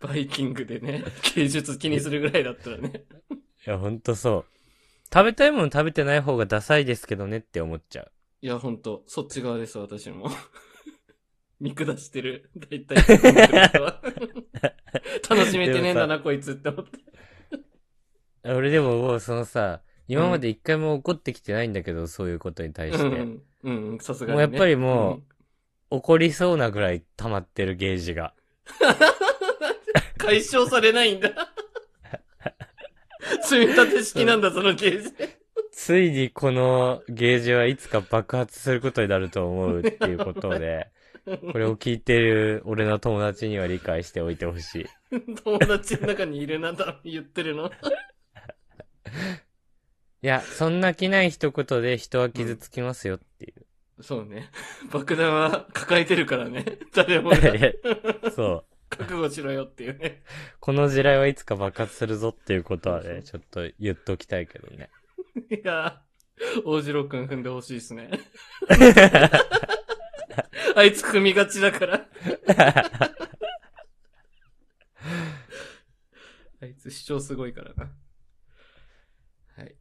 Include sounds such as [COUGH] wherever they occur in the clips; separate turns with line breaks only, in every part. バイキングでね、 [LAUGHS] 芸術気にするぐらいだったらね。
いや、ほんとそう。食べたいもの食べてない方がダサいですけどねって思っちゃう。
いや、ほんと、そっち側です、私も。 [LAUGHS] 見下してる。大体こう見てる人
[LAUGHS]
は。楽しめてねえんだな、こいつって思って。
俺でももうそのさ、今まで一回も怒ってきてないんだけど、そういうことに対
う
して。
ん、うんうん、さすがに、
もう
ね。
やっぱりも怒りそうなぐらい溜まってるゲージが。
うん解消されないんだ。 [LAUGHS] 積み立て式なんだ、そのゲージ。
ついにこのゲージはいつか爆発することになると思うっていうこ
[LAUGHS]
とで、これを聞いてる俺の友達には理解しておいてほしい。
友達の中にいるなんだろう言ってるの。
いや、そんな気ない一言で人は傷つきますよっていう。
そうね。爆弾は抱えてるからね。誰もが
[LAUGHS] そう。
覚悟しろよっていうね。
この地雷はいつか爆発するぞっていうことは
そう
ね、ちょっと言っときたいけどね。
いやー、大次郎くん踏んでほしいですね。あいつ踏みがちだから。あいつ主張すごいからな。はい。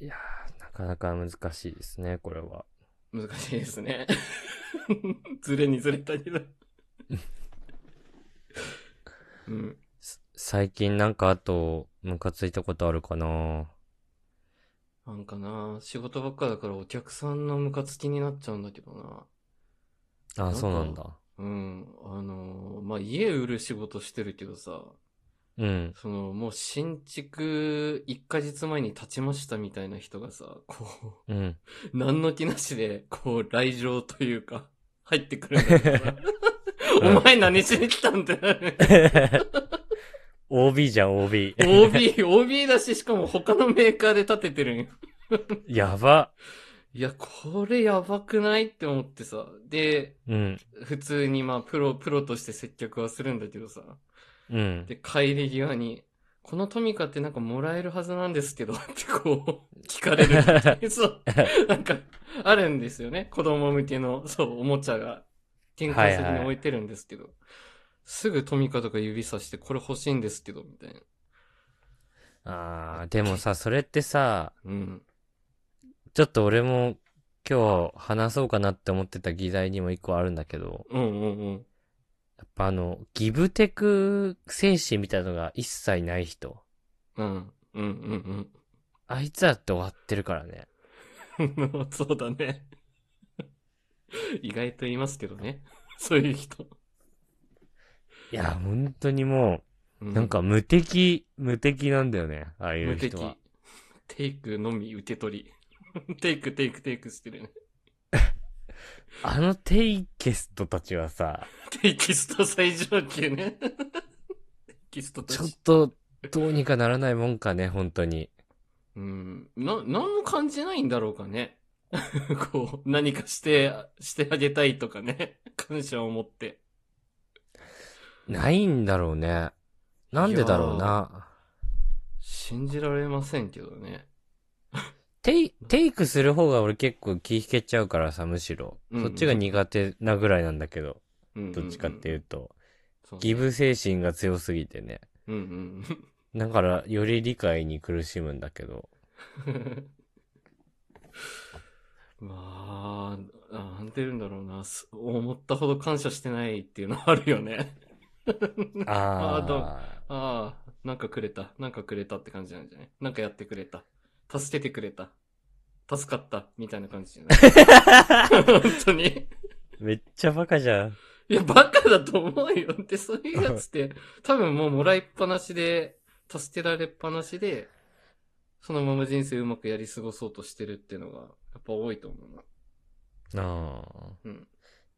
いやー、なかなか難しいですね、これは。
難しいですね。 [LAUGHS] ずれにずれたけど。うん。
す最近なんかあと、ムカついたことあるかな
なんかな仕事ばっかだからお客さんのムカつきになっちゃうんだけどな。
あ
ん
ー、
か
そうなんだ。
うん。あのーまあ、家売る仕事してるけどさ、
うん。
その、もう新築1ヶ月前に立ちましたみたいな人がさ、こ
[LAUGHS] うん。
う、何の気なしで、こう、来場というか、入ってくるんだけどさ
うん
お前何しに来たんだよね。
OB じゃん、OB。 [LAUGHS]
OB、OB だし、しかも他のメーカーで立ててるんよ。
やば。
いや、これやばくないって思ってさ。で、
うん。
普通にまあ、プロ、プロとして接客はするんだけどさ。
[LAUGHS] うん。
で、帰り際に、このトミカってなんかもらえるはずなんですけど、ってこう、聞かれるっていう。
[LAUGHS]
そう。なんか、あるんですよね。子供向けの、そう、おもちゃが、玄関先に置いてるんですけど。すぐトミカとか指さして、これ欲しいんですけど、みたいな。
あー、でもさ、それってさ、
うん。
ちょっと俺も今日話そうかなって思ってた議題にも一個あるんだけど、
うんうんうん。
やっぱあの、ギブテク精神みたいなのが一切ない人。
うん。うんうん
あいつらって終わってるからね。
うん。 [LAUGHS] そうだね。意外と言いますけどね。そういう人。
いや、本当にも
う
う、なん、か無敵、無敵なんだよね。ああい
無
う
敵
人は。。
テイクのみ受け取り。 [LAUGHS] テイク、テイク、テイクしてるね。
あのテイケストたちはさ、
テイキスト最上級ね。テイキストた
ちょっ
ち。
と、どうにかならないもんかね、本当に。
うん。な、何も感じないんだろうかね。 [LAUGHS] こう、何かして、してあげたいとかね。 [LAUGHS] 感謝を持って。
ないんだろうね。なんでだろう
いや
な。
信じられませんけどね。
テイ、テイクする方が俺結構気引けちゃうからさ、むしろ。
うんうん。
そっちが苦手なぐらいなんだけど、どっちかっていううと。
そうね
ギ。ブ精神が強すぎてね。
うんうんうん。
だから、より理解に苦しむんだけど。
[LAUGHS] まあ、なんて言うんだろうな。す思ったほど感謝してないっていうのはあるよね。 [LAUGHS] [LAUGHS] あーどう
あ
ああ、なんかくれた。なんかくれたって感じなんじゃないなんかやってくれた。助けてくれた。助かった。みたいな感じじゃない [LAUGHS] 本当に。
あ。めっちゃバカじゃん。
いや、バカだと思うよ。って、そういうやつって、多分もうもらいっぱなしで、助けられっぱなしで、そのまま人生うまくやり過ごそうとしてるっていうのが、やっぱ多いと思うな。
ああ。
うん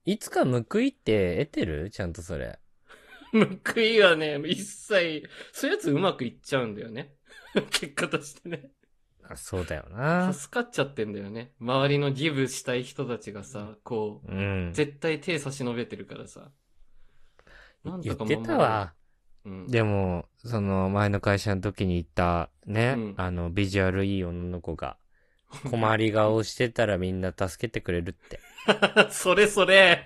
いつか報いって得てるちゃんとそれ。
[LAUGHS] 報いはね、一切、そういうやつうまくいっちゃうんだよね。 [LAUGHS] 結果としてね。
あそうだよな。
助かっちゃってんだよね。周りのギブしたい人たちがさ、こう、
うん。
絶対手差し伸べてるからさ。なん
言
と
っ
か
て
守
たわ。
ろう。うん。 [LAUGHS]
でも、その前の会社の時に言ったね、
うん
あの、ビジュアルいい女の子が、困り顔してたらみんな助けてくれるって。
[LAUGHS] それそれ。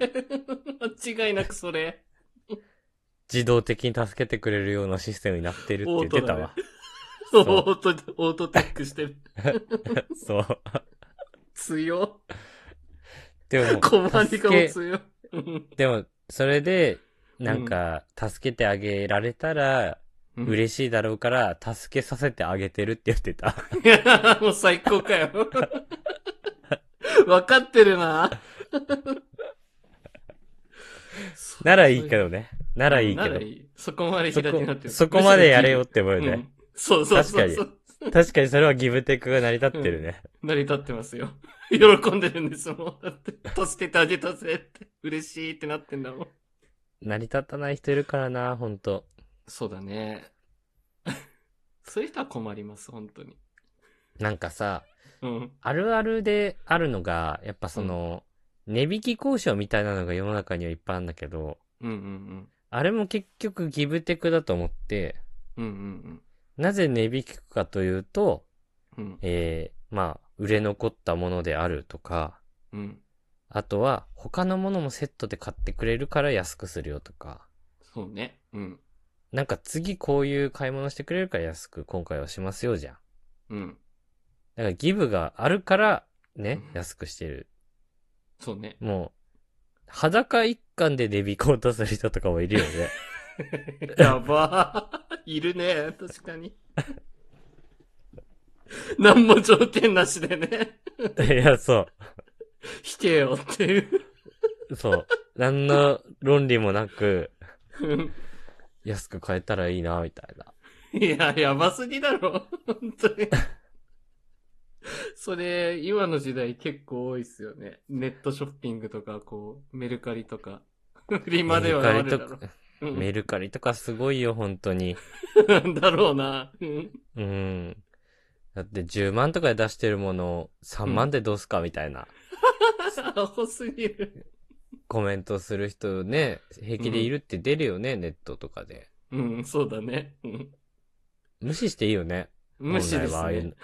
間違いなくそれ。
自動的に助けてくれるようなシステムになってるって言って
[LAUGHS]
たわ。
オ
そう
ート、オートテックして
[LAUGHS]
る。
そう。
強。 [LAUGHS]
でも、
コマリ
助
カも
け、
強。うん
でも、それで、なんか、助けてあげられたら、嬉しいだろうから、助けさせてあげてるって言ってた。 [LAUGHS]
いや、 [LAUGHS] もう最高かよ。分かってるな。
[LAUGHS] ならいいけどね。ならいい
な
け
ら
ど
い。い。そこまで
そ
開きにな
こ
って、る。
そこまでやれよって思
う。
うんね。
そうそうそう
確
そ
か
う。
確かにそれはギブテックが成り立ってるね。
成り立ってますよ。喜んでるんですもん。だって、助けてあげたぜって、嬉しいってなってんだもん。
成り立たない人いるからな、ほんと。
そうだね。 [LAUGHS] そういう人は困ります、本当に。
なんかさ、
うん。
あるあるであるのが、やっぱその、値引き交渉みたいなのが世の中にはいっぱいあるんだけど、
うんうん
あれも結局ギブテクだと思って、
うん。うんうん
なぜ値引きかというと、
うん。うん
えー、まあ、売れ残ったものであるとか、
うん。
あとは他のものもセットで買ってくれるから安くするよとか、
そうね。うん。
なんか次こういう買い物してくれるから安く今回はしますよじゃん。
うん。
だからギブがあるからね、
うん
安くしてる。
そうね。
もう、裸一貫で値引こうとする人とかもいるよね。
[LAUGHS] やばー。いるね。確かに。 [LAUGHS] 何も条件なしでね。 [LAUGHS]
いや、そ
引けよっていう。
う。そう。何の論理もなく、
うん
安く買えたらいいな、みたいな。
いや、やばすぎだろ。本当に。それ、今の時代結構多いっすよね。ネットショッピングとか、こう、メルカリとか。フリマではあ
メルカリ
るだ
と
ろ
か。、
う
メ
ん
ルカリとかすごいよ、本当に。
だろうな。うん
うん。だって10万とかで出してるものを3万でどうすか、みたいな。
アホすぎる。
コメントする人ね、平気でいるって出るよね、ネットとかで。
うん、そうだね。うん
無視していいよね。
無視で
本来は
す
ああいう
ね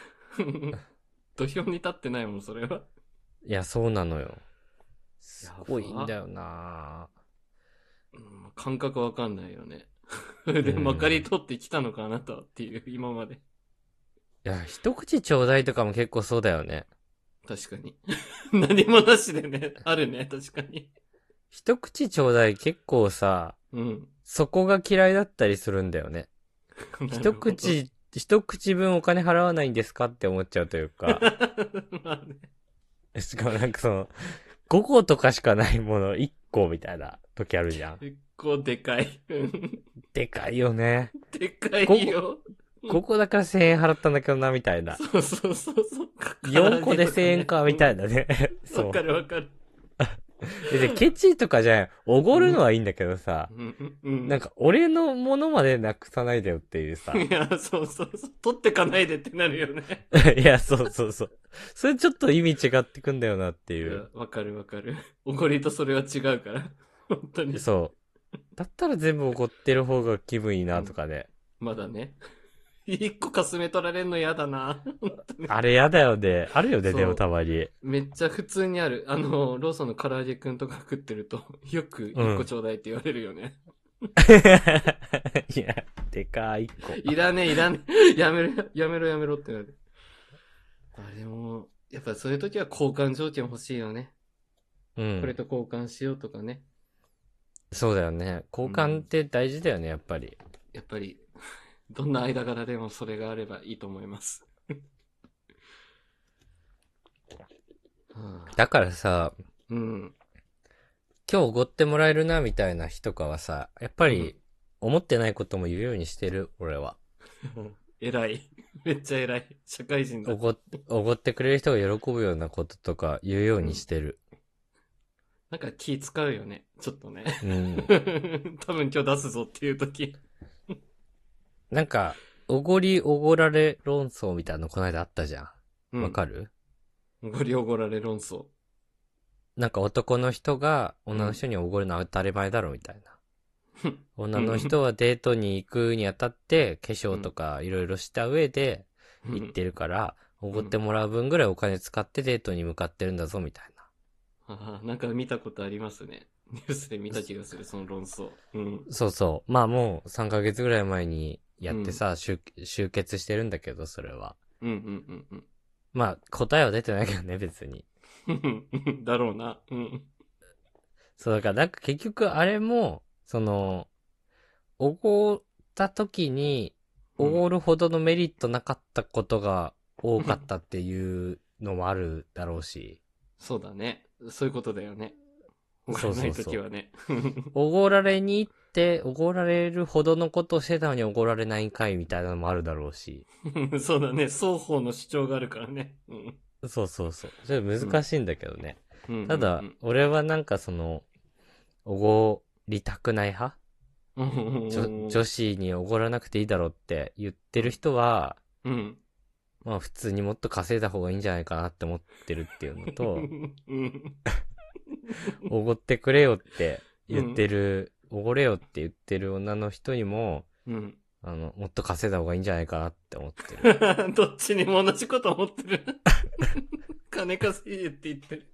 の。
土俵に立ってないもん、それは。
いや、そうなのよ。すごいんだよな
うん感覚わかんないよね。 [LAUGHS] で、まかり取ってきたのか、あなたはっていう、今まで。
いや、一口ちょうだいとかも結構そうだよね。
確かに。 [LAUGHS] 何もなしでね、あるね、確かに。
一口ちょうだい結構さ、 [LAUGHS]
うん。
そこが嫌いだったりするんだよね。一
[LAUGHS] なる
口、一口分お金払わないんですかって思っちゃうというか。
ほど。まあね。
しかもなんかその、5個とかしかないもの1個みたいな時あるじゃん。
結構でかい。 [LAUGHS] うん
でかいよね。
でかいよ。
5個だから1000円払ったんだけどな、みたいな。
そうそうそうそう。
4個で1000円か、みたい
な。
なね。
うん
そ
わ
う
か。るわかる。
で、でケチとかじゃん。おごるのはいいんだけどさ、
うんうん
なんか俺のものまでなくさないでよってい
[LAUGHS]
うさ。
いや、そうそうそう。取ってかないでってなるよね。
いや、そうそうそう。それちょっと意味違ってくんだよなって
い
い
や
う。
わかるわかる。おごりとそれは違うから。本当に。
そう。だったら全部怒ってる方が気分いいなとかね。
まだね。一個かすめ取られんの嫌だな。
あれやだよね。あるよね、
そう
でもたまに。
めっちゃ普通にある。あの、ローソンの唐揚げくんとか食ってると、 [LAUGHS] よく一個ちょうだいって言われるよね。
[LAUGHS] いや、でかい一個。
いらねえ、いらねえ。 [LAUGHS] やめろ、やめろ、やめろってなる。あれも、やっぱそういう時は交換条件欲しいよね。
う
これ
ん。
と交換しようとかね。
そうだよね。交換って大事だよね、やっぱり。
やっぱり、 [LAUGHS] どんな間柄でもそれがあればいいと思います。 [LAUGHS] はあ
だからさ、
うん。
今日おごってもらえるな、みたいな日とかはさ、やっぱ
うん
り、思ってないことも言うようにしてる、俺は。
偉い。 [LAUGHS] めっちゃ偉い。社会人だ
お。ご、おごってくれる人が喜ぶようなこととか言うようにしてる。
なんか気使うよね。ちょっとね。
うん。
[LAUGHS] 多分今日出すぞっていう時。
なんか、おごりおごられ論争みたいなのこの間あったじゃ。
うんん
わかる、
ごりおごられ論争。
なんか男の人が女の人におごるのは当たり前だろみたいな。
うん
女の人はデートに行くにあたって化粧とかいろいろした上で行ってるから、おごってもらう分ぐらいお金使ってデートに向かってるんだぞみたいな。
ああ、なんか見たことありますね。ニュースで見た気がする、その論争。うん。
そうそう。まあもう3ヶ月ぐらい前にやってさ、集集結してるんだけど、それは。
うんうんうん
まあ答えは出てないけどね、別に。
うん。 [LAUGHS] だろうな。うん。
そう、だから、なんか結局あれも、その、おごった時に、おごるほどのメリットなかったことが多かったっていうのもあるだろ
[LAUGHS]
うし、
そうだね。そういうことだよね。お
そうそ
金
うそう
ないときはね。 [LAUGHS]
おごられに行って、おごられるほどのことをしてたのにおごられないんかいみたいなのもあるだろうし、
そうだね。双方の主張があるからね。うん
そうそうそう。それ難しいんだけどね。
うんうんうん。
ただ、俺はなんかその、おごりたくない派
うんうんうんうん、
じょ女子におごらなくていいだろうって言ってる人は、
うん。
まあ普通にもっと稼いだ方がいいんじゃないかなって思ってるっていう
[LAUGHS]
のと、
うん。
おごってくれよって言ってる、おごれよって言ってる女の人にも、
うん。
あの、もっと稼いだ方がいいんじゃないかなって思って
[LAUGHS]
る。
どっちにも同じこと [LAUGHS] 思ってる。金稼いでって言ってる。